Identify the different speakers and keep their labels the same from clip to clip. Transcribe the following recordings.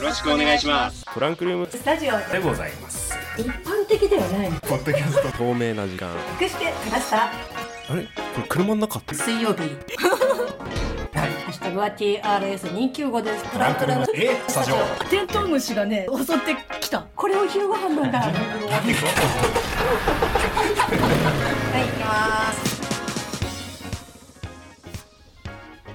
Speaker 1: ろしくお願いします
Speaker 2: トランクルーム
Speaker 3: スタジオ
Speaker 4: でございます
Speaker 3: 一般的ではない
Speaker 4: ポッドキャスト
Speaker 2: 透明な時間
Speaker 3: 隠してきました
Speaker 2: あれこれ車の中って
Speaker 3: 水 曜日ハッシュタグは TRS295 ですトランクルーム
Speaker 4: えスタジオ
Speaker 5: テントウムシがね襲ってきた
Speaker 3: これを昼ご飯 なんだはい行きます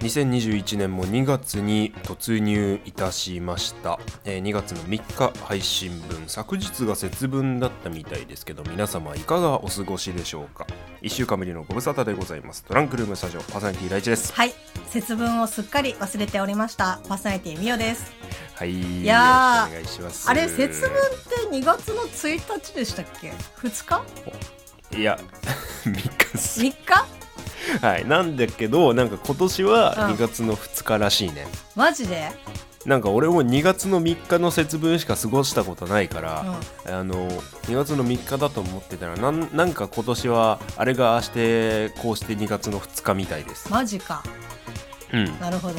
Speaker 2: 2021年も2月に突入いたしました、えー2月の3日配信分昨日が節分だったみたいですけど皆様いかがお過ごしでしょうか1週間ぶりのご無沙汰でございますトランクルームスタジオパーソナリティライチです
Speaker 5: はい節分をすっかり忘れておりましたパーソナリティみおです
Speaker 2: はい
Speaker 5: いやー
Speaker 2: よろしくお願いします
Speaker 5: あれ節分って2月の1日でしたっけ2日
Speaker 2: いや 3日っす
Speaker 5: 3日
Speaker 2: はいなんだけどなんか今年は
Speaker 5: うん
Speaker 2: 2月の2日らしいね、
Speaker 5: マジで
Speaker 2: なんか俺も2月の3日の節分しか過ごしたことないか
Speaker 5: うん
Speaker 2: ら、あの2月の3日だと思ってたらなんなんか今年はあれがああしてこうして2月の2日みたいです、
Speaker 5: マジか
Speaker 2: うん、
Speaker 5: なるほど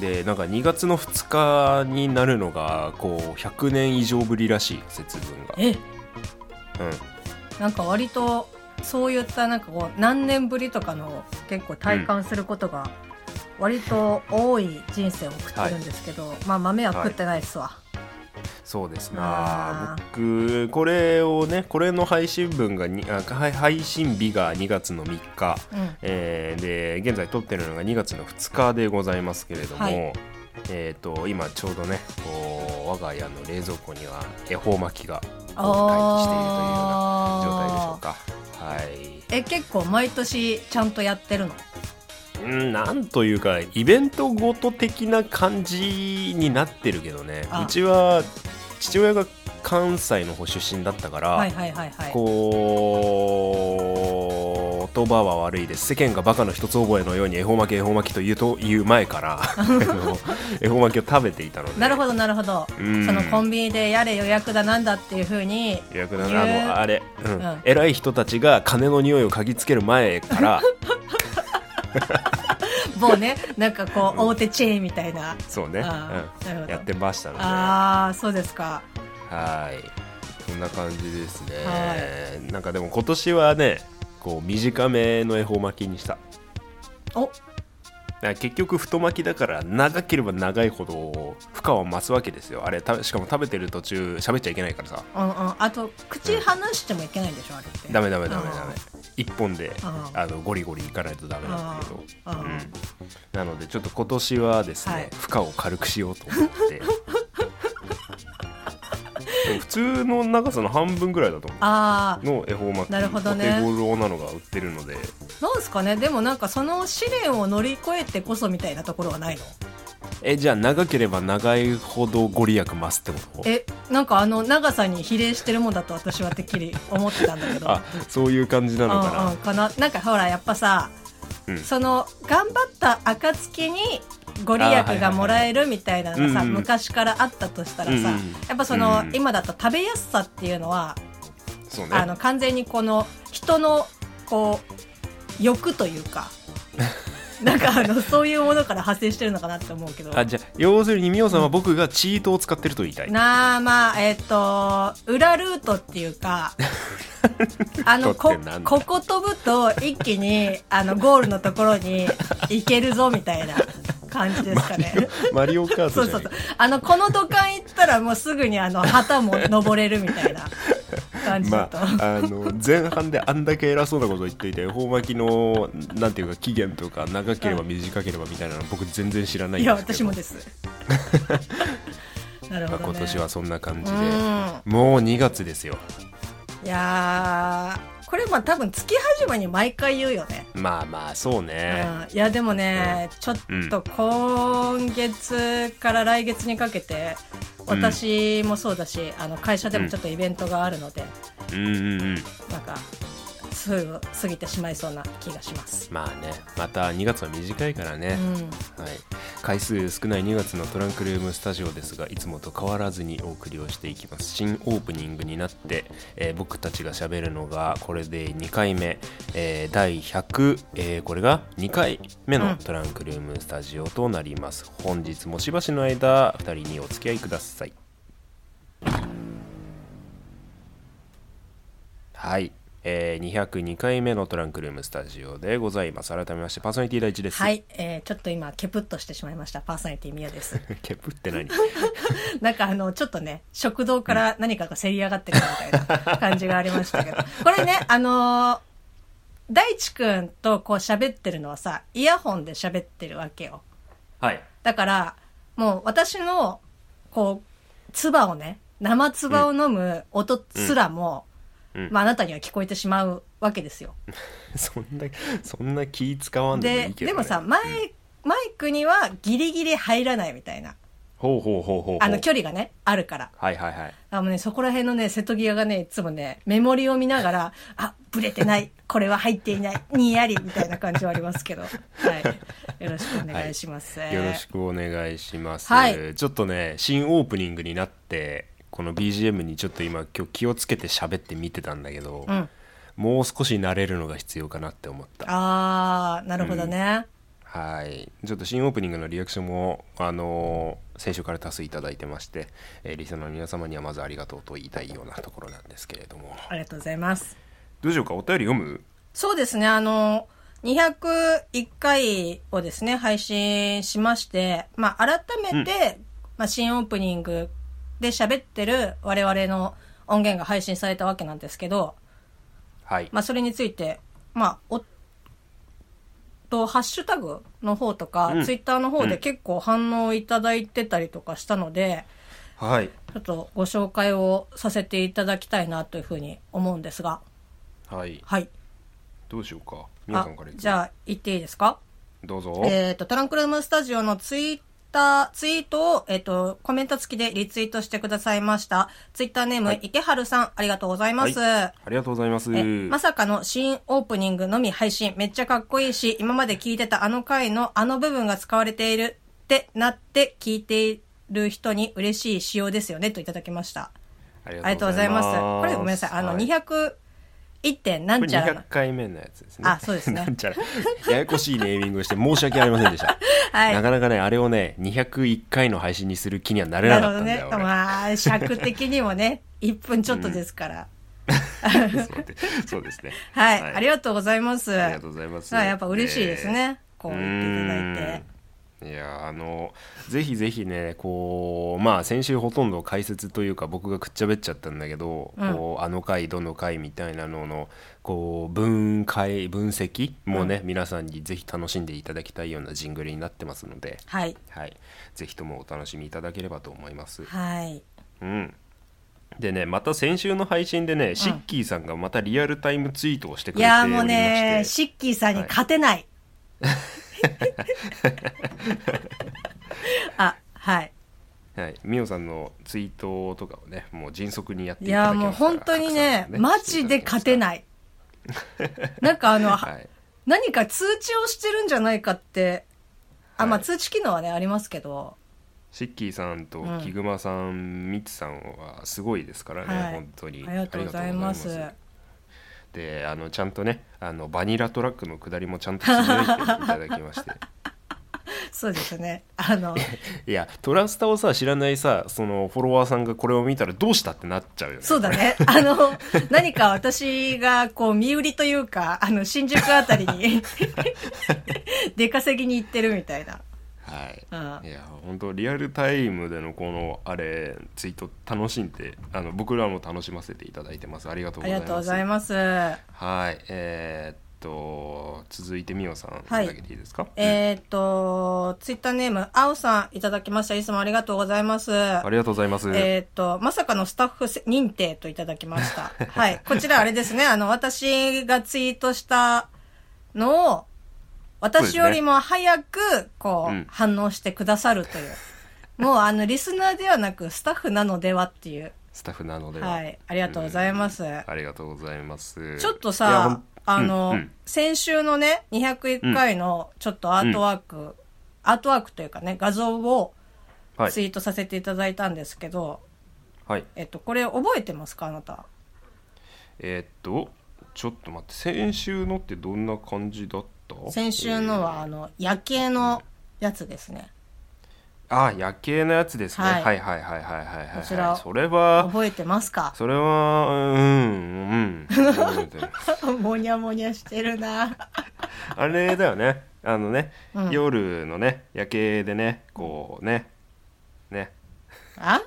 Speaker 2: でなんか2月の2日になるのがこう100年以上ぶりらしい節分が、
Speaker 5: え
Speaker 2: うん、
Speaker 5: なんか割とそういったなんかこう何年ぶりとかの結構体感することが割と多い人生を送ってるんですけど、まあ豆は食ってないですわ、
Speaker 2: そうです
Speaker 5: あ
Speaker 2: な僕これをねこれの配信分がにあはい配信日が2月の3日
Speaker 5: うん
Speaker 2: えーで現在撮ってるのが2月の2日でございますけれども、
Speaker 5: はい
Speaker 2: えー、と今ちょうどねこう我が家の冷蔵庫には恵方巻きがこう待機しているというような状態でしょうか。はい
Speaker 5: え結構毎年ちゃんとやってるの
Speaker 2: うん、なんというかイベントごと的な感じになってるけどね
Speaker 5: あ
Speaker 2: うちは父親が関西の方出身だったから、
Speaker 5: はいはいはいはい
Speaker 2: こう言葉は悪いです世間がバカの一つ覚えのように恵方巻き恵方巻きと言うと言う前から あの恵方巻きを食べていたので
Speaker 5: なるほどなるほど、
Speaker 2: うん
Speaker 5: そのコンビニでやれ予約だなんだっていうふうに
Speaker 2: いやだ
Speaker 5: 言う
Speaker 2: なあのあれ、うん
Speaker 5: うん
Speaker 2: 偉い人たちが金の匂いを嗅ぎつける前から
Speaker 5: 某ねなんかこう
Speaker 2: うん
Speaker 5: 大手チェーンみたいな、
Speaker 2: そうね、
Speaker 5: あーな
Speaker 2: う
Speaker 5: るほ
Speaker 2: ん、
Speaker 5: ど
Speaker 2: やってましたのでは
Speaker 5: ああそうですか
Speaker 2: いそんな感じですね、
Speaker 5: は
Speaker 2: なんかでも今年はねこう短めの恵方巻きにした
Speaker 5: お
Speaker 2: だから結局太巻きだから長ければ長いほど負荷を増すわけですよあれたしかも食べてる途中喋っちゃいけないからさ
Speaker 5: うんうんあと口離してもいけないんでしょあれって
Speaker 2: ダメダメダメダ
Speaker 5: あ
Speaker 2: メ一本で
Speaker 5: あー
Speaker 2: あのゴリゴリいかないとダメなんだけど、
Speaker 5: あーあー
Speaker 2: うんなのでちょっと今年はですね、
Speaker 5: はい
Speaker 2: 負荷を軽くしようと思ってでも普通の長さの半分ぐらいだと思う
Speaker 5: あー
Speaker 2: の恵方巻き
Speaker 5: なるほどね
Speaker 2: お手頃なのが売ってるので
Speaker 5: なんすかねでもなんかその試練を乗り越えてこそみたいなところはないの
Speaker 2: えじゃあ長ければ長いほどご利益増すってこと
Speaker 5: えなんかあの長さに比例してるもんだと私はてっきり思ってたんだけど
Speaker 2: あそういう感じなのかな、
Speaker 5: うんうん、かななんかほらやっぱさ、
Speaker 2: うん
Speaker 5: その頑張った暁にご利
Speaker 2: あーはい
Speaker 5: 益
Speaker 2: はいは
Speaker 5: が
Speaker 2: い
Speaker 5: もらえるみたいなのがさ、
Speaker 2: うんうん
Speaker 5: 昔からあったとしたらさ、
Speaker 2: うんうん
Speaker 5: やっぱその、
Speaker 2: うんうん
Speaker 5: 今だと食べやすさっていうのは、
Speaker 2: そうね
Speaker 5: あの完全にこの人のこう欲とい うかなんかあのそういうものから派生してるのかなって思うけど。
Speaker 2: あじゃあ要するにミオさんは僕がチートを使ってると言いたい。
Speaker 5: なあまあえっ、と裏ルートっていうかあのこ
Speaker 2: ってなんだ
Speaker 5: ここ飛ぶと一気にあのゴールのところに行けるぞみたいな感じです かね。
Speaker 2: マリオカート
Speaker 5: そう
Speaker 2: じゃ
Speaker 5: そ
Speaker 2: な
Speaker 5: う
Speaker 2: い
Speaker 5: そうあのこの土管行ったらもうすぐにあの旗も登れるみたいな感じ だ
Speaker 2: ま
Speaker 5: と、
Speaker 2: あ、あの前半であんだけ偉そうなこと言っていて恵方巻きのなんていうか期限とか長ければ短ければみたいなの僕全然知らないん
Speaker 5: い
Speaker 2: ですけど
Speaker 5: や私 もです。なる
Speaker 2: ま
Speaker 5: ほ
Speaker 2: あ
Speaker 5: ど、ね、
Speaker 2: 今年はそんな感じで
Speaker 5: う
Speaker 2: もう2月ですよ
Speaker 5: んいやーこれまあ多分月始まりに毎回言うよね。
Speaker 2: まあまあそうね
Speaker 5: うんいやでもね、ちょっと今月から来月にかけて、
Speaker 2: うん
Speaker 5: 私もそうだしあの会社でもちょっとイベントがあるので、
Speaker 2: うんうんうん
Speaker 5: なんかすぐ過ぎてしまいそうな気がします。
Speaker 2: まあねまた2月は短いから
Speaker 5: う
Speaker 2: ね、
Speaker 5: ん、
Speaker 2: はい、回数少ない2月のトランクルームスタジオですがいつもと変わらずにお送りをしていきます新オープニングになって、えー僕たちがしゃべるのがこれで2回目、えー第100、えーこれが2回目
Speaker 5: う
Speaker 2: の
Speaker 5: ん
Speaker 2: トランクルームスタジオとなります、本日もしばしの間2人にお付き合いくださいはい、えー202回目のトランクルームスタジオでございます改めましてパーソナリティ第一です
Speaker 5: はい、えーちょっと今ケプッとしてしまいましたパーソナリティミヤです
Speaker 2: ケプって何
Speaker 5: なんかあのちょっとね食堂から何かがせり上がってるみたいな感じがありましたけど これねあのー大地くんとこう喋ってるのはさイヤホンで喋ってるわけよ
Speaker 2: はい。
Speaker 5: だからもう私のこう唾をね生唾を飲む音すらも、
Speaker 2: うんうん
Speaker 5: まあ、あなたには聞こえてしまうわけですよ
Speaker 2: そんな、そんな気使わんでも
Speaker 5: で
Speaker 2: いいけど、ね。
Speaker 5: でもさマイ,、
Speaker 2: うん
Speaker 5: マイクにはギリギリ入らないみたいな
Speaker 2: ほうほうほうほうほう。
Speaker 5: あの距離がねあるから
Speaker 2: はいはいはい。
Speaker 5: あのねそこら辺のね瀬戸際がねいつもねメモリを見ながらあブレてないこれは入っていないにやりみたいな感じはありますけど、はい、よろしくお願いします、
Speaker 2: よろしくお願いします、
Speaker 5: はい
Speaker 2: ちょっとね、新オープニングになって、この BGM にちょっと今今日気をつけて喋って見てたんだけど、
Speaker 5: うん、
Speaker 2: もう少し慣れるのが必要かなって思った。
Speaker 5: あーなるほどね、
Speaker 2: はい。ちょっと新オープニングのリアクションも、あのー先週から多数いただいてまして、えーリスナーの皆様にはまずありがとうと言いたいようなところなんですけれども。
Speaker 5: ありがとうございます
Speaker 2: どうしようか、お便り読む
Speaker 5: そうですね、あの、201回をですね、配信しまして、まあ、改めて、まあ、新オープニングで喋ってる我々の音源が配信されたわけなんですけど、
Speaker 2: はい。
Speaker 5: まあ、それについて、まあ、お、と、ハッシュタグの方とか、
Speaker 2: うん
Speaker 5: ツイッターの方
Speaker 2: う
Speaker 5: で
Speaker 2: ん
Speaker 5: 結構反応いただいてたりとかしたので、
Speaker 2: はい。
Speaker 5: ちょっとご紹介をさせていただきたいなというふうに思うんですが、
Speaker 2: はい。
Speaker 5: はい。
Speaker 2: どうしようか。皆
Speaker 5: あ
Speaker 2: さんからいつも
Speaker 5: じゃあ、行っていいですか
Speaker 2: どうぞ。
Speaker 5: えっ、と、トランクルームスタジオのツイッター、ツイートを、えっ、と、コメント付きでリツイートしてくださいました。ツイッターネーム、
Speaker 2: はい
Speaker 5: 池春さん、ありがとうございます。
Speaker 2: はありがとうございます。
Speaker 5: えまさかの新オープニングのみ配信めっちゃかっこいいし今まで聞いてたあの回のあの部分が使われているってなって聞いている人に嬉しい仕様ですよねといただきました
Speaker 2: あり
Speaker 5: ありがとうございますこれごめんなさいあの、
Speaker 2: はい
Speaker 5: 201点なんちゃらな
Speaker 2: これ200回目のやつですね。
Speaker 5: あそうですね
Speaker 2: なんちゃら。ややこしいネーミングをして申し訳ありませんでした。
Speaker 5: はい
Speaker 2: なかなかね、あれをね、201回の配信にする気にはなれ
Speaker 5: な
Speaker 2: な
Speaker 5: る
Speaker 2: かっ
Speaker 5: ほど
Speaker 2: たんだ
Speaker 5: ね
Speaker 2: よ。。俺
Speaker 5: まあ、尺的にもね、1分 ちょっとですから。
Speaker 2: そうでそうですね。
Speaker 5: はい、
Speaker 2: はい
Speaker 5: ありがとうございます。
Speaker 2: ありがとうございます。
Speaker 5: はいやっぱ嬉しいですね。こう
Speaker 2: う
Speaker 5: 言っていただ
Speaker 2: ー
Speaker 5: い
Speaker 2: ん
Speaker 5: て。
Speaker 2: いやあのぜひぜひねこうまあ先週ほとんど解説というか僕がくっちゃべっちゃったんだけど、
Speaker 5: うん
Speaker 2: こうあの回どの回みたいなののこう分解分析もね、皆さんにぜひ楽しんでいただきたいようなジングルになってますので、
Speaker 5: はい。
Speaker 2: はい、ぜひともお楽しみいただければと思います。
Speaker 5: はい。
Speaker 2: うんでねまた先週の配信でね、シッキーさんがまたリアルタイムツイートをしてく
Speaker 5: い
Speaker 2: れてお
Speaker 5: やー
Speaker 2: りま
Speaker 5: も
Speaker 2: し
Speaker 5: う
Speaker 2: て
Speaker 5: ね、シッキーさんに勝てない。あ、はい。
Speaker 2: はい、ミオさんのツイートとかをね、もう迅速にやってい
Speaker 5: い
Speaker 2: ただ
Speaker 5: や
Speaker 2: き
Speaker 5: ー
Speaker 2: ま
Speaker 5: もう
Speaker 2: すから
Speaker 5: 本当にね、
Speaker 2: 拡散を
Speaker 5: マジで勝て
Speaker 2: い。
Speaker 5: ない。なんかあの、
Speaker 2: はい、
Speaker 5: 何か通知をしてるんじゃないかって、あ、まあ
Speaker 2: はい
Speaker 5: 通知機能はね、ありますけど、
Speaker 2: シッキーさんと
Speaker 5: うん
Speaker 2: キグマさん、ミツさんはすごいですからね、
Speaker 5: はい
Speaker 2: 本当に。
Speaker 5: ありがとうございます
Speaker 2: ありがとうございますで、あのちゃんとね、あのバニラトラックの下りもちゃんとつぶやいていただきま して。
Speaker 5: そうですね。あの、
Speaker 2: いや、トラスタをさ、知らないさ、そのフォロワーさんがこれを見たらどうしたってなっちゃうよね。
Speaker 5: そうだね。 あの、何か私が、こう、身売りというか、あの、新宿あたり に、出稼ぎに行ってるみたいな。
Speaker 2: はい。
Speaker 5: うん
Speaker 2: いや本当リアルタイムでのこのあれツイート楽しんであの僕らも楽しませていただいてますありがとう
Speaker 5: あ
Speaker 2: ござ
Speaker 5: り
Speaker 2: いま
Speaker 5: が
Speaker 2: す
Speaker 5: とうございます。え
Speaker 2: はいえーっと続いてみおさん、
Speaker 5: はい
Speaker 2: いただけていいですか、
Speaker 5: ーっと、ツイッターネーム、あおさんいただきました。いつもありがとうございます。
Speaker 2: ありがとうございます、
Speaker 5: えーっと、まさかのスタッフせ認定といただきま した。はい。こちらあれですね、あの、私がツイートしたのを、私よりも早く、こう、
Speaker 2: うん
Speaker 5: 反応してくださるという。もう、あの、リスナーではなく、スタッフなのではっていう、
Speaker 2: スタッフなのでは、
Speaker 5: はい。ありがとうございます。
Speaker 2: ありがとうございます
Speaker 5: ちょっ
Speaker 2: い
Speaker 5: と
Speaker 2: やほ
Speaker 5: さ
Speaker 2: ん、
Speaker 5: あの、
Speaker 2: うんうん
Speaker 5: 先週のね、201回のちょっとアートワーク、アートワークというかね、画像を
Speaker 2: はい
Speaker 5: ツイートさせていただいたんですけど、
Speaker 2: はい
Speaker 5: えっと、これ覚えてますかあなた。
Speaker 2: えーっとちょっと待って先週のってどんな感じだった
Speaker 5: 先週のは、あの、夜景のやつですね。
Speaker 2: あ夜景のやつですね、
Speaker 5: は
Speaker 2: はいい、はいはいはいはいはいはい
Speaker 5: こちら
Speaker 2: それは
Speaker 5: 覚えてますか
Speaker 2: それはうんうん覚えてる
Speaker 5: もにゃもにゃしてるな。
Speaker 2: あれだよねあのね、
Speaker 5: うん
Speaker 2: 夜のね夜景でねこうねね
Speaker 5: あ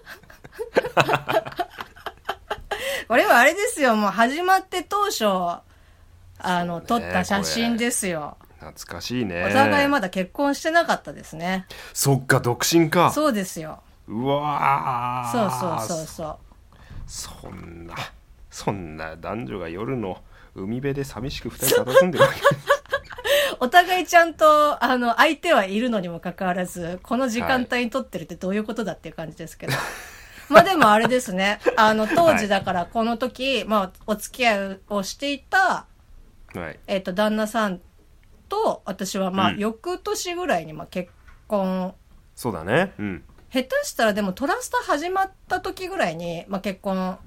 Speaker 5: これはあれですよ。もう始まって当初、あの、
Speaker 2: そ
Speaker 5: 撮
Speaker 2: う
Speaker 5: っ
Speaker 2: ね
Speaker 5: た写真ですよ。
Speaker 2: 懐かしいね
Speaker 5: お互いまだ結婚してなかったですね。
Speaker 2: そっか独身か
Speaker 5: そうですよ。
Speaker 2: うわ
Speaker 5: そう
Speaker 2: ー
Speaker 5: そうそうそう。
Speaker 2: そんなそんな男女が夜の海辺で寂しく二人佇んでるわけ
Speaker 5: お互いちゃんと、あの、相手はいるのにもかかわらず、この時間帯に撮ってるってどういうことだっていう感じですけど。まあでもあれですね。あの、当時だからこの時、まあ、お付き合いをしていた、
Speaker 2: はい
Speaker 5: えっ、と、旦那さんと、私はまあ、
Speaker 2: うん
Speaker 5: 翌年ぐらいにまあ結婚、
Speaker 2: そうだねうん
Speaker 5: 下手したらでもトラスタ始まった時ぐらいに、まあ結婚、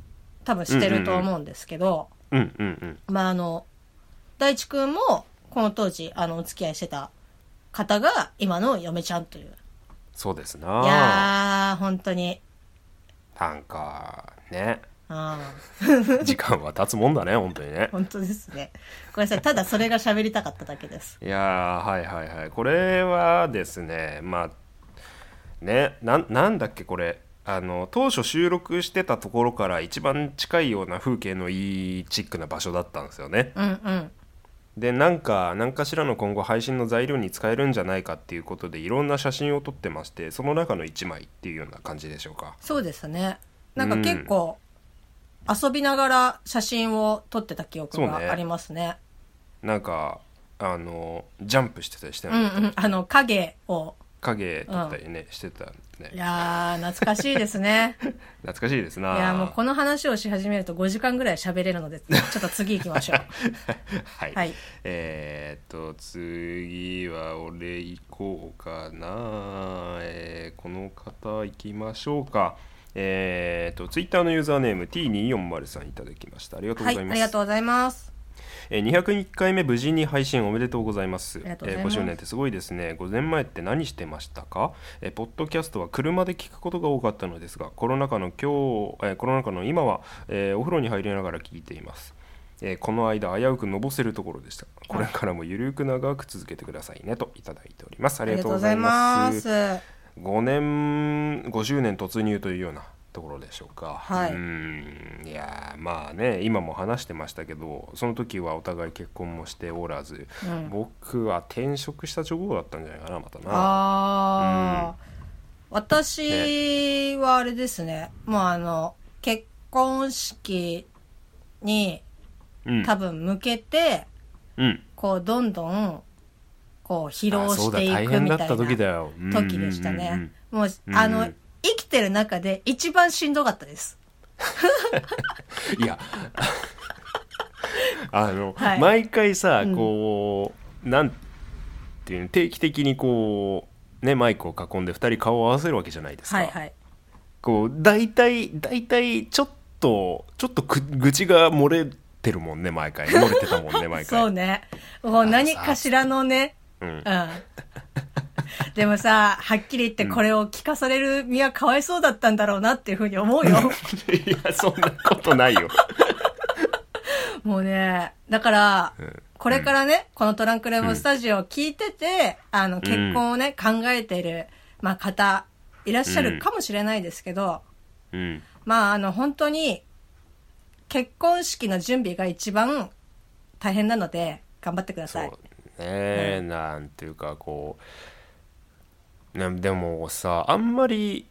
Speaker 5: 多分してると思うんですけど、
Speaker 2: うんうんうん
Speaker 5: まああの、大地くんも、この当時、あの、お付き合いしてた方が、今の嫁ちゃんという。
Speaker 2: そうです
Speaker 5: い
Speaker 2: な
Speaker 5: やー、本当に。
Speaker 2: なんかね
Speaker 5: うん、
Speaker 2: 時間は経つもんだね本当にね
Speaker 5: 本当ですね。ごめんなさい。ただそれが喋りたかっただけです。
Speaker 2: いやーはいはいはいこれはですねまあねなんなんだっけこれあの当初収録してたところから一番近いような風景のいいチックな場所だったんですよね
Speaker 5: うんうん。
Speaker 2: でなんか何かしらの今後配信の材料に使えるんじゃないかっていうことでいろんな写真を撮ってましてその中の1枚っていうような感じでしょうか
Speaker 5: そうですね。なんか結構、遊びながら写真を撮ってた記憶
Speaker 2: そうね
Speaker 5: がありますね。
Speaker 2: なんかあのジャンプしてたりして
Speaker 5: う
Speaker 2: ない、
Speaker 5: んうん。あの、影を。
Speaker 2: 影撮ったりね、してた
Speaker 5: い
Speaker 2: ね
Speaker 5: やー、懐かしいで すね。
Speaker 2: 懐かしいです
Speaker 5: い
Speaker 2: な
Speaker 5: やーもうこの話をし始めると5時間ぐらい喋れるので、ちょっと次行きましょう。
Speaker 2: はい、
Speaker 5: はい
Speaker 2: えーっと次は俺行こうかな、えーこの方行きましょうかえーっとツイッターのユーザーネーム T240 さんいただきましたありがとうご
Speaker 5: は
Speaker 2: ざ
Speaker 5: い、あ
Speaker 2: います、
Speaker 5: りがとうございます。
Speaker 2: えー201回目無事に配信おめでとうございます。
Speaker 5: ありがとうございます
Speaker 2: えー5周年ってすごいですね。5年前って何してましたか、えーポッドキャストは車で聞くことが多かったのですが、コロナ禍の今日、えーコロナ禍の今は、えーお風呂に入りながら聞いています。えーこの間危うくのぼせるところでした。これからもゆるく長く続けてくださいねといただいております。あ
Speaker 5: あ
Speaker 2: りがとうございます。
Speaker 5: は
Speaker 2: 5年5周年突入というようなところでしょうか、
Speaker 5: はいう
Speaker 2: ーんいやーまあね今も話してましたけどその時はお互い結婚もしておらず、
Speaker 5: うん
Speaker 2: 僕は転職した直後だったんじゃないかなまたな
Speaker 5: ああ、私はあれですね、もうあの、結婚式に
Speaker 2: うん
Speaker 5: 多分向けて、
Speaker 2: うん
Speaker 5: こう、どんどん、こう、疲
Speaker 2: あ
Speaker 5: 労
Speaker 2: そ
Speaker 5: し
Speaker 2: うだ
Speaker 5: てい
Speaker 2: 大
Speaker 5: く
Speaker 2: 変
Speaker 5: み
Speaker 2: だ
Speaker 5: た
Speaker 2: っ
Speaker 5: いな
Speaker 2: た時だよ
Speaker 5: 時でした
Speaker 2: うんうんうんうん
Speaker 5: ね。もう、
Speaker 2: うん
Speaker 5: あの、生きてる中で一番しんどかったです。
Speaker 2: いや あの、
Speaker 5: はい
Speaker 2: 毎回さ
Speaker 5: うん
Speaker 2: こう、なんていうの定期的にこうねマイクを囲んで2人顔を合わせるわけじゃないですか、
Speaker 5: はいはい。
Speaker 2: こう大体大体ちょっとちょっとく愚痴が漏れてるもんね毎回漏れてたもんね毎回
Speaker 5: そうね。もう何かしらのね、
Speaker 2: うん
Speaker 5: うん。でもさ、はっきり言ってこれを聞かされる身はかわいそうだったんだろうなっていうふうに思うよ。
Speaker 2: いやそんなことないよ
Speaker 5: もうね、だから
Speaker 2: うん、
Speaker 5: これからね、このトランクレボスタジオを聞いてて、あの、結婚をね、考えている、まあ、方、いらっしゃるかもしれないですけど、
Speaker 2: うん
Speaker 5: まあ、あの、本当に、結婚式の準備が一番大変なので、頑張ってくだ
Speaker 2: そ
Speaker 5: さ
Speaker 2: う
Speaker 5: い。
Speaker 2: ねえ、なんていうかこうなでもさあんまり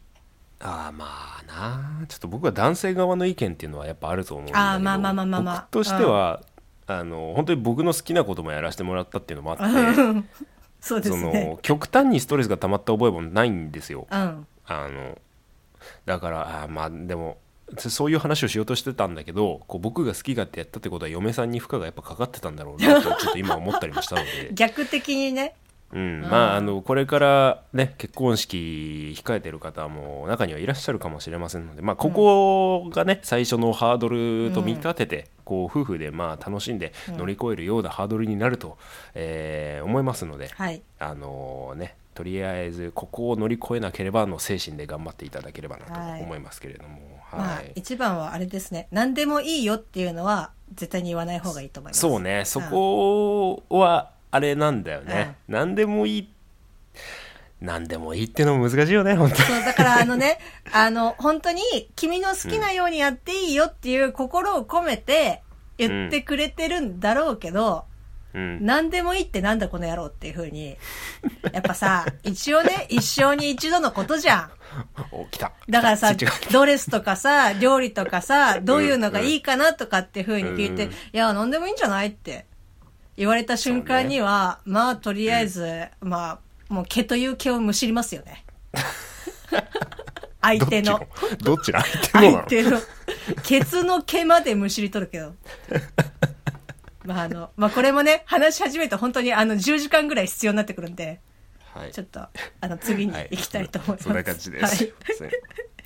Speaker 2: あーまあなちょっと僕は男性側の意見っていうのはやっぱあると思うんだけど
Speaker 5: あーまあまあまあまあまあ
Speaker 2: 僕としては、あの本当に僕の好きなこともやらせてもらったっていうのもあっ て
Speaker 5: そうです
Speaker 2: そ
Speaker 5: ね。
Speaker 2: の極端にストレスが溜まった覚えもないんですよ。
Speaker 5: うん。
Speaker 2: あのだからあーまあでもそそういう話をしようとしてたんだけどこう僕が好き勝手やったってことは嫁さんに負荷がやっぱかかってたんだろうな とちょっと今思ったりもしたの で、
Speaker 5: 逆的にね。
Speaker 2: うん、まああのこれからね結婚式控えてる方も中にはいらっしゃるかもしれませんので、まあ、ここがね最初のハードルと見立てて、こう夫婦でまあ楽しんで乗り越えるようなハードルになると、えー思いますので、
Speaker 5: はい。
Speaker 2: あのねとりあえずここを乗り越えなければの精神で頑張っていただければなと
Speaker 5: はい
Speaker 2: 思いますけれども、はい
Speaker 5: まあ、一番はあれですね。何でもいいよっていうのは、絶対に言わない方がいいと思います。
Speaker 2: そうねそこはあれなんだよね、何でもいい何でもいいってのも難しいよね本当に
Speaker 5: そう、だからあのね、 あの、本当に君の好きなようにやっていいよっていう心を込めて言ってくれてるんだろうけど、
Speaker 2: うん、
Speaker 5: 何でもいいってなんだこの野郎っていう風に。やっぱさ、一応ね、一生に一度のことじゃ
Speaker 2: お来た
Speaker 5: ん。だからさ
Speaker 2: 違う、
Speaker 5: ドレスと かさ、料理とかさ、どういうのがいいかなとかっていう風に聞いて、
Speaker 2: うん
Speaker 5: いや、何でもいいんじゃないって言われた瞬間には、まあ、とりあえず、まあ、もう毛という毛をむしりますよ ね。相手の。
Speaker 2: どっちの相手のな
Speaker 5: 相
Speaker 2: の
Speaker 5: 手の、ケツの毛までむしり取るけど。まああの、まあこれもね、話し始めると本当にあの10時間ぐらい必要になってくるんで、
Speaker 2: はい
Speaker 5: ちょっと、あの次に
Speaker 2: はい
Speaker 5: 行きたいと思います。
Speaker 2: そんな感じです、
Speaker 5: はい
Speaker 2: すいません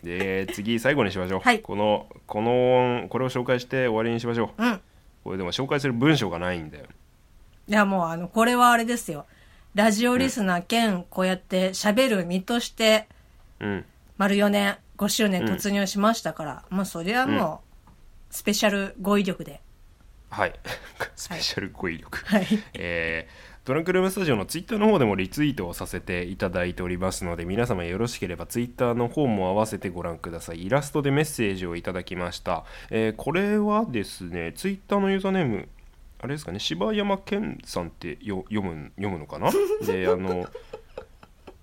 Speaker 2: で次最後にしましょう、
Speaker 5: はい
Speaker 2: このこのこれを紹介して終わりにしましょう
Speaker 5: うん。
Speaker 2: これでも紹介する文章がないんだよ
Speaker 5: いやもうあの、これはあれですよ。ラジオリスナー兼、こうやって喋る身として、
Speaker 2: うん
Speaker 5: 丸4年、5周年
Speaker 2: うん
Speaker 5: 突入しましたから、もうそれはもう、スペシャル語彙力で。
Speaker 2: はいスペシャル語彙力、
Speaker 5: はい。
Speaker 2: えートランクルームスタジオのツイッターの方でもリツイートをさせていただいておりますので皆様よろしければツイッターの方も合わせてご覧くださいイラストでメッセージをいただきました、えーこれはですねツイッターのユーザーネームあれですかね柴山健さんってよ読む読むのかなであの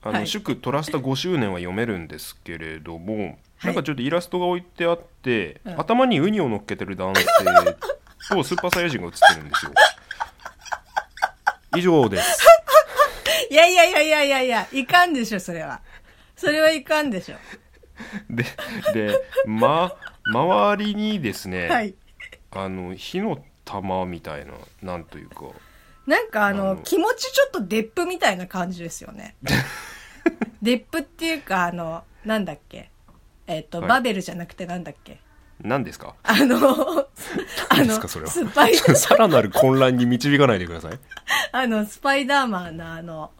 Speaker 2: あの、
Speaker 5: はい
Speaker 2: 祝トラスタ5周年は読めるんですけれども、
Speaker 5: はい
Speaker 2: なんかちょっとイラストが置いてあって、
Speaker 5: うん
Speaker 2: 頭にウニを乗っけてる男性とスーパーサイヤ人が写ってるんですよ。以上です。
Speaker 5: いやいやいやいやいやいや、いかんでしょ、それは。それはいかんでしょ。
Speaker 2: で、で、ま、周りにですね、
Speaker 5: はい。
Speaker 2: あの、火の玉みたいな、なんというか、
Speaker 5: なんかあの、
Speaker 2: あの
Speaker 5: 気持ちちょっとデップみたいな感じですよね。 デップっていうか、あの、なんだっけ。えっ、と、
Speaker 2: はい
Speaker 5: バベルじゃなくてなんだっけ。
Speaker 2: 何です か
Speaker 5: あの、あ
Speaker 2: 何ですかそれは
Speaker 5: スパイ、
Speaker 2: さらなる混乱に導かないでください。
Speaker 5: あの、スパイダーマンのあの、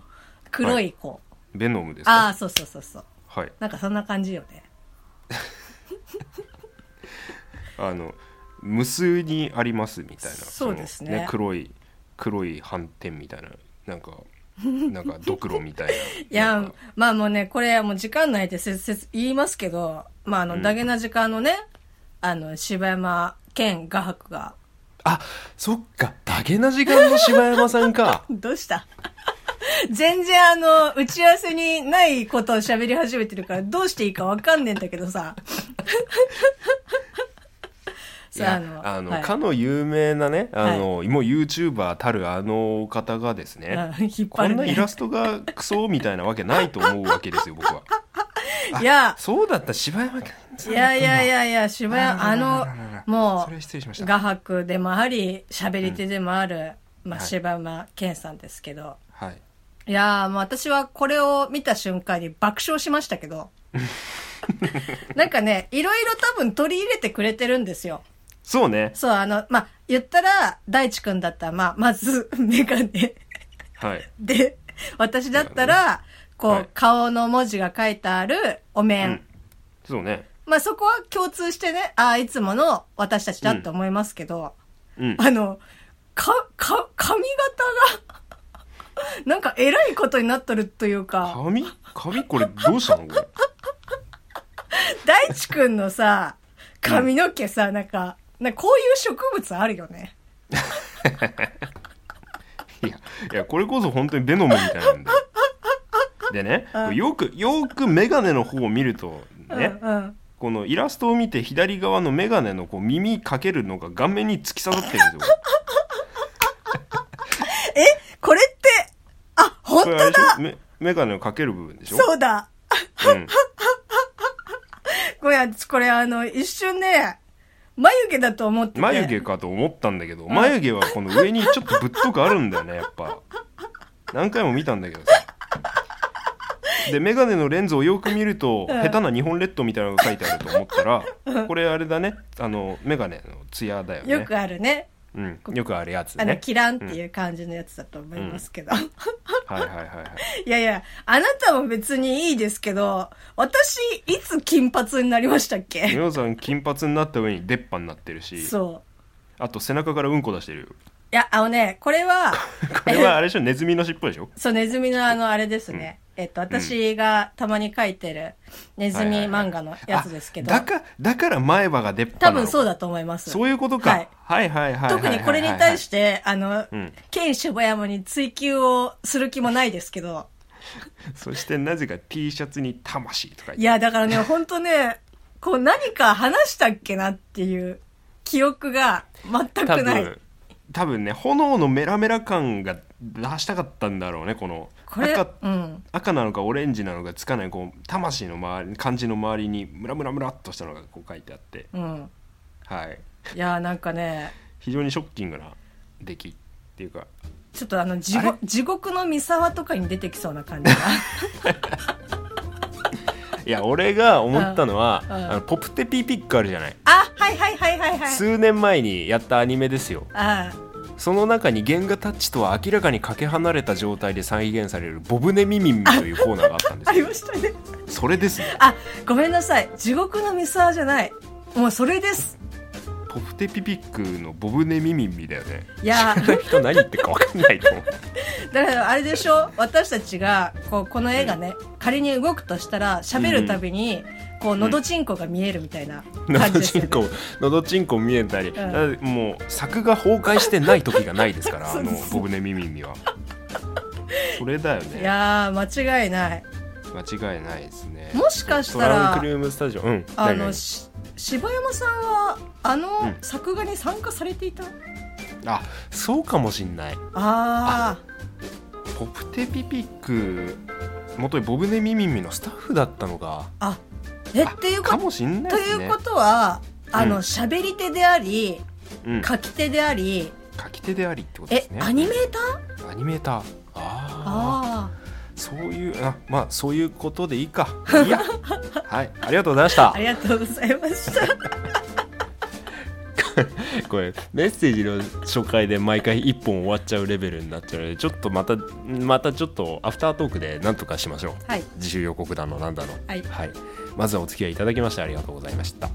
Speaker 5: 黒い子。
Speaker 2: ベノムです
Speaker 5: ああ、
Speaker 2: か
Speaker 5: そうそうそうそう。
Speaker 2: はい。
Speaker 5: なんかそんな感じよね。
Speaker 2: あの無数にありますみたいな
Speaker 5: そうですね
Speaker 2: その黒い黒い斑点みたいななん かなんかドクロみたいないい
Speaker 5: や、まあもうね、これもう時間内でせせつ言いますけど、まああの、ダゲな時間のね、あの、柴山健画伯が、
Speaker 2: あそっかダゲな時間の柴山さん か
Speaker 5: どうした全然あの、打ち合わせにないことを喋り始めてるから、どうしていいかわかんねえんだけどさ。
Speaker 2: い
Speaker 5: さあ、
Speaker 2: や
Speaker 5: あの、
Speaker 2: あの、
Speaker 5: はい
Speaker 2: かの有名なねあの、もう YouTuber たるあのお方がですね、
Speaker 5: うん引 っ
Speaker 2: こ
Speaker 5: 張る、ね。
Speaker 2: んなイラストがクソみたいなわけないと思うわけですよ僕 は
Speaker 5: いや、
Speaker 2: そうだった柴山さん
Speaker 5: いやいやいやいや、渋谷、あ
Speaker 2: あららら
Speaker 5: の
Speaker 2: ららら、
Speaker 5: も
Speaker 2: それは失礼しまし
Speaker 5: う、
Speaker 2: た
Speaker 5: 画伯でもあり、喋り手でもある、まあ、
Speaker 2: はい
Speaker 5: 柴山健さんですけど、
Speaker 2: はい
Speaker 5: いやー、もう私はこれを見た瞬間に爆笑しましたけ ど。なんかね、いろいろ多分取り入れてくれてるんですよ。
Speaker 2: そうね
Speaker 5: そう、あの、まあ、言ったら、大地くんだったら、まあ、まず、 メガネ。
Speaker 2: はい
Speaker 5: で、私だったら、こう、
Speaker 2: はい
Speaker 5: 顔の文字が書いてあるお面。
Speaker 2: うんそうね
Speaker 5: まあ、そこは共通してね、ああ、いつもの私たちだと思いますけど、
Speaker 2: うん
Speaker 5: あの、か、か、髪型が、 なんか偉いことになっとるというか、
Speaker 2: 髪髪これどうしたのこれ
Speaker 5: 大地くんのさ、髪の毛さ、なんか、なんかこういう植物あるよね。
Speaker 2: いや、いや、これこそ本当にベノムみたいなんだよ。でね、よく、よくメガネの方を見ると、ね、
Speaker 5: うんうん。
Speaker 2: このイラストを見て左側のメガネのこう耳かけるのが顔面に突き刺さってるんですよ。
Speaker 5: これって、あ、本
Speaker 2: こ
Speaker 5: 当
Speaker 2: れあれでしょメメガネをかける部分でしょ
Speaker 5: そうだ。
Speaker 2: うん。
Speaker 5: こごめん、私これあの、一瞬ね、眉毛だと思ってて。
Speaker 2: 眉毛かと思ったんだけど、眉毛はこの上にちょっとぶっとくあるんだよねやっぱ何回も見たんだけどさで眼鏡のレンズをよく見ると、
Speaker 5: うん
Speaker 2: 下手な日本列島みたいなのが書いてあると思ったら、これあれだねあの眼鏡のツヤだよね
Speaker 5: よくあるね。
Speaker 2: うん、よくあるやつ
Speaker 5: あの、
Speaker 2: ね
Speaker 5: キランっていう感じのやつだと思いますけど。
Speaker 2: はいはいはいはい
Speaker 5: いやいや、あなたも別にいいですけど、私、いつ金髪になりましたっけ
Speaker 2: 美さん金髪になった上に出っ歯になってるし
Speaker 5: そう。
Speaker 2: あと背中からうんこ出してるよ
Speaker 5: いや、あのね、これ は、
Speaker 2: これはあれでしょネズミの尻尾でしょ
Speaker 5: そう、ネズミのあの、あれですね。えっと、私がたまに書いてる、ネズミ漫画のやつですけど、
Speaker 2: あだかだから前歯が出っ歯な
Speaker 5: 多
Speaker 2: の
Speaker 5: 分そうだと思います。
Speaker 2: そういうことか、
Speaker 5: は
Speaker 2: はいい、はいはいはい
Speaker 5: 特にこれに対して、あの
Speaker 2: うん、
Speaker 5: ケン・ショバヤマに追求をする気もないですけど、
Speaker 2: てそしてなぜか T シャツに「魂」とか
Speaker 5: いや、だから ね、ほんとね、こう何か話したっけなっていう記憶が全
Speaker 2: 多
Speaker 5: くない。
Speaker 2: 分多分ね炎のメラメラ感が出したかったんだろうねこの
Speaker 5: これ
Speaker 2: 赤、
Speaker 5: うん。
Speaker 2: 赤なのかオレンジなのかつかないこう魂の周り漢字の周りにムラムラムラっとしたのがこう書いてあって
Speaker 5: うん。
Speaker 2: はい
Speaker 5: いや、なんかね、
Speaker 2: 非常にショッキングな出来っていうか
Speaker 5: ちょっとあの地
Speaker 2: あれ
Speaker 5: 獄地獄の三沢とかに出てきそうな感じが
Speaker 2: いや俺が思ったのは、
Speaker 5: うん
Speaker 2: あのポプテピーピックあるじゃない、
Speaker 5: あはいはいはいはいはい
Speaker 2: 数年前にやったアニメですよ
Speaker 5: あ
Speaker 2: その中に原画タッチとは明らかにかけ離れた状態で再現されるボブネミミンというコーナーがあったんで
Speaker 5: あ
Speaker 2: す
Speaker 5: り
Speaker 2: よ
Speaker 5: ましたね
Speaker 2: それですね
Speaker 5: あごめんなさい地獄の三沢じゃないもうそれです
Speaker 2: ポフテピピックのボブネミミンミだよ ね
Speaker 5: いや
Speaker 2: 知らない人何言ってるか分かんないと思う
Speaker 5: だからあれでしょ私たちがこうこの絵がね仮に動くとしたら喋るたびにこうのどちんこが見えるみたいな
Speaker 2: の
Speaker 5: 感
Speaker 2: ど
Speaker 5: じです
Speaker 2: ち
Speaker 5: よ
Speaker 2: んこ
Speaker 5: ね
Speaker 2: のどちんこ見えたり、
Speaker 5: う
Speaker 2: もう作が崩壊してない時がないですから
Speaker 5: そ
Speaker 2: あ
Speaker 5: うで
Speaker 2: の
Speaker 5: す
Speaker 2: ボブネミミンミはそれだよ
Speaker 5: い
Speaker 2: ね
Speaker 5: やー間違いない
Speaker 2: 間違いないですね
Speaker 5: もしかしたら
Speaker 2: トランクルームスタジオうん
Speaker 5: あ
Speaker 2: 何々
Speaker 5: のし柴山さんはあの
Speaker 2: うん
Speaker 5: 作画に参加されていた、
Speaker 2: あそうかもしんない
Speaker 5: あ
Speaker 2: ポプテピピック元にボブネミミミのスタッフだったのが
Speaker 5: ああえ
Speaker 2: あ
Speaker 5: っていうこと
Speaker 2: かもしんない
Speaker 5: と
Speaker 2: です
Speaker 5: いう
Speaker 2: ね
Speaker 5: ことは、あ
Speaker 2: うん
Speaker 5: の、喋り手であり、
Speaker 2: うん、
Speaker 5: 書き手であり、
Speaker 2: 書き手でありってことで
Speaker 5: え
Speaker 2: すね、
Speaker 5: アニメーター
Speaker 2: アニメーターあー
Speaker 5: あ
Speaker 2: そういうあまあそういうことでいい かいいやはいありがとうございました
Speaker 5: あ、ありがとうございました。
Speaker 2: これメッセージの紹介で毎回1本終わっちゃうレベルになっちゃうのでちょっとまたまたちょっとアフタートークで何とかしましょう
Speaker 5: はい。
Speaker 2: 自主予告だのなんだの
Speaker 5: はい
Speaker 2: はい、まずはお付き合いいただきましてありがとうございました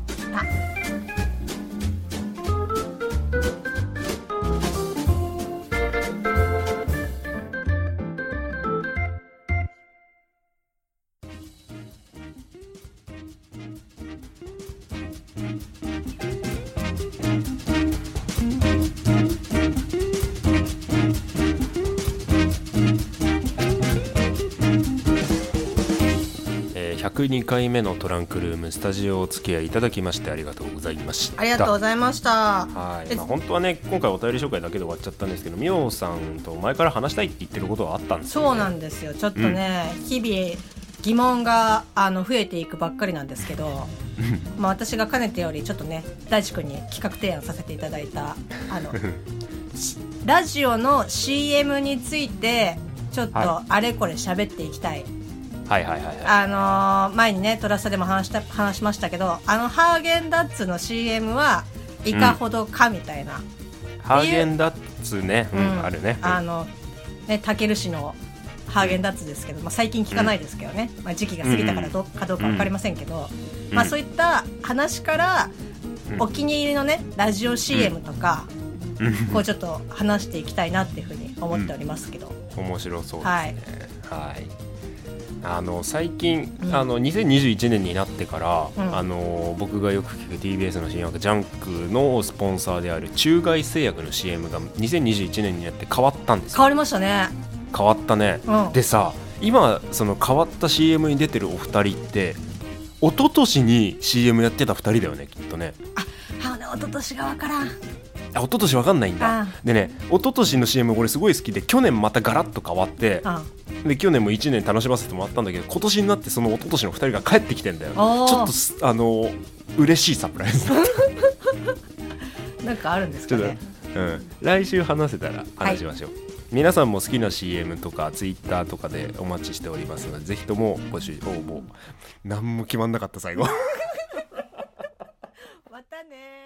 Speaker 2: えー102回目のトランクルームスタジオお付き合いいただきましてありがとうございました
Speaker 5: ありがとうございました。
Speaker 2: はい、
Speaker 5: え
Speaker 2: まあ、本当はね今回お便り紹介だけで終わっちゃったんですけどみおさんと前から話したいって言ってることはあったんですよ、ね、
Speaker 5: そうなんですよ。ちょっとね、日々、疑問が、あの、増えていくばっかりなんですけど、まあ、私がかねてより、ちょっとね、大地君に企画提案させていただいた、あ の、しラジオの CM について、ちょっと
Speaker 2: は、
Speaker 5: あれこれ喋っていきたい
Speaker 2: はいはいはいはい
Speaker 5: あのー前にね、トラスタでも話した、話しましたけど、あの、ハーゲンダッツの CM は、いかほどかみたいな、
Speaker 2: ハーゲンダッツね、うん
Speaker 5: うん
Speaker 2: あるね、
Speaker 5: あの、ね、たける市のハーゲンダッツですけど、まあ、最近聞かないですけどね、まあ、時期が過ぎたからどうかどうかわかりませんけど、
Speaker 2: うん
Speaker 5: まあ、そういった話から、
Speaker 2: うん
Speaker 5: お気に入りのね、ラジオ CM とか、
Speaker 2: うん
Speaker 5: こうちょっと話していきたいなっていうふうに思っておりますけど、
Speaker 2: 面白そうですね
Speaker 5: はい
Speaker 2: はい、あの最近、
Speaker 5: うん
Speaker 2: あの2021年になってから、
Speaker 5: うん
Speaker 2: あの僕がよく聞く TBS の新薬ジャンクのスポンサーである中外製薬の CM が2021年になって変わったんですよ
Speaker 5: 変わりましたね。
Speaker 2: 変わったね、
Speaker 5: うん
Speaker 2: でさ今その変わった CM に出てるお二人って一昨年に CM やってた二人だよねきっとね
Speaker 5: あの、おととしがわからん。
Speaker 2: あ一昨年わかんないん
Speaker 5: あ
Speaker 2: だ
Speaker 5: あ
Speaker 2: でね一昨年の CM これすごい好きで去年またガラッと変わって
Speaker 5: あ
Speaker 2: で去年も1年楽しませてもらったんだけど今年になってその一昨年の2人が帰ってきてんだよち
Speaker 5: おー
Speaker 2: ょっとすあの嬉しいサプライズ
Speaker 5: なんかあるんです
Speaker 2: ちょ
Speaker 5: か
Speaker 2: っと、
Speaker 5: ね
Speaker 2: うん、来週話せたら話しましょう、皆さんも好きな CM とか Twitter とかでお待ちしておりますのでぜひともご集応募何も決まんなかった最後
Speaker 5: またね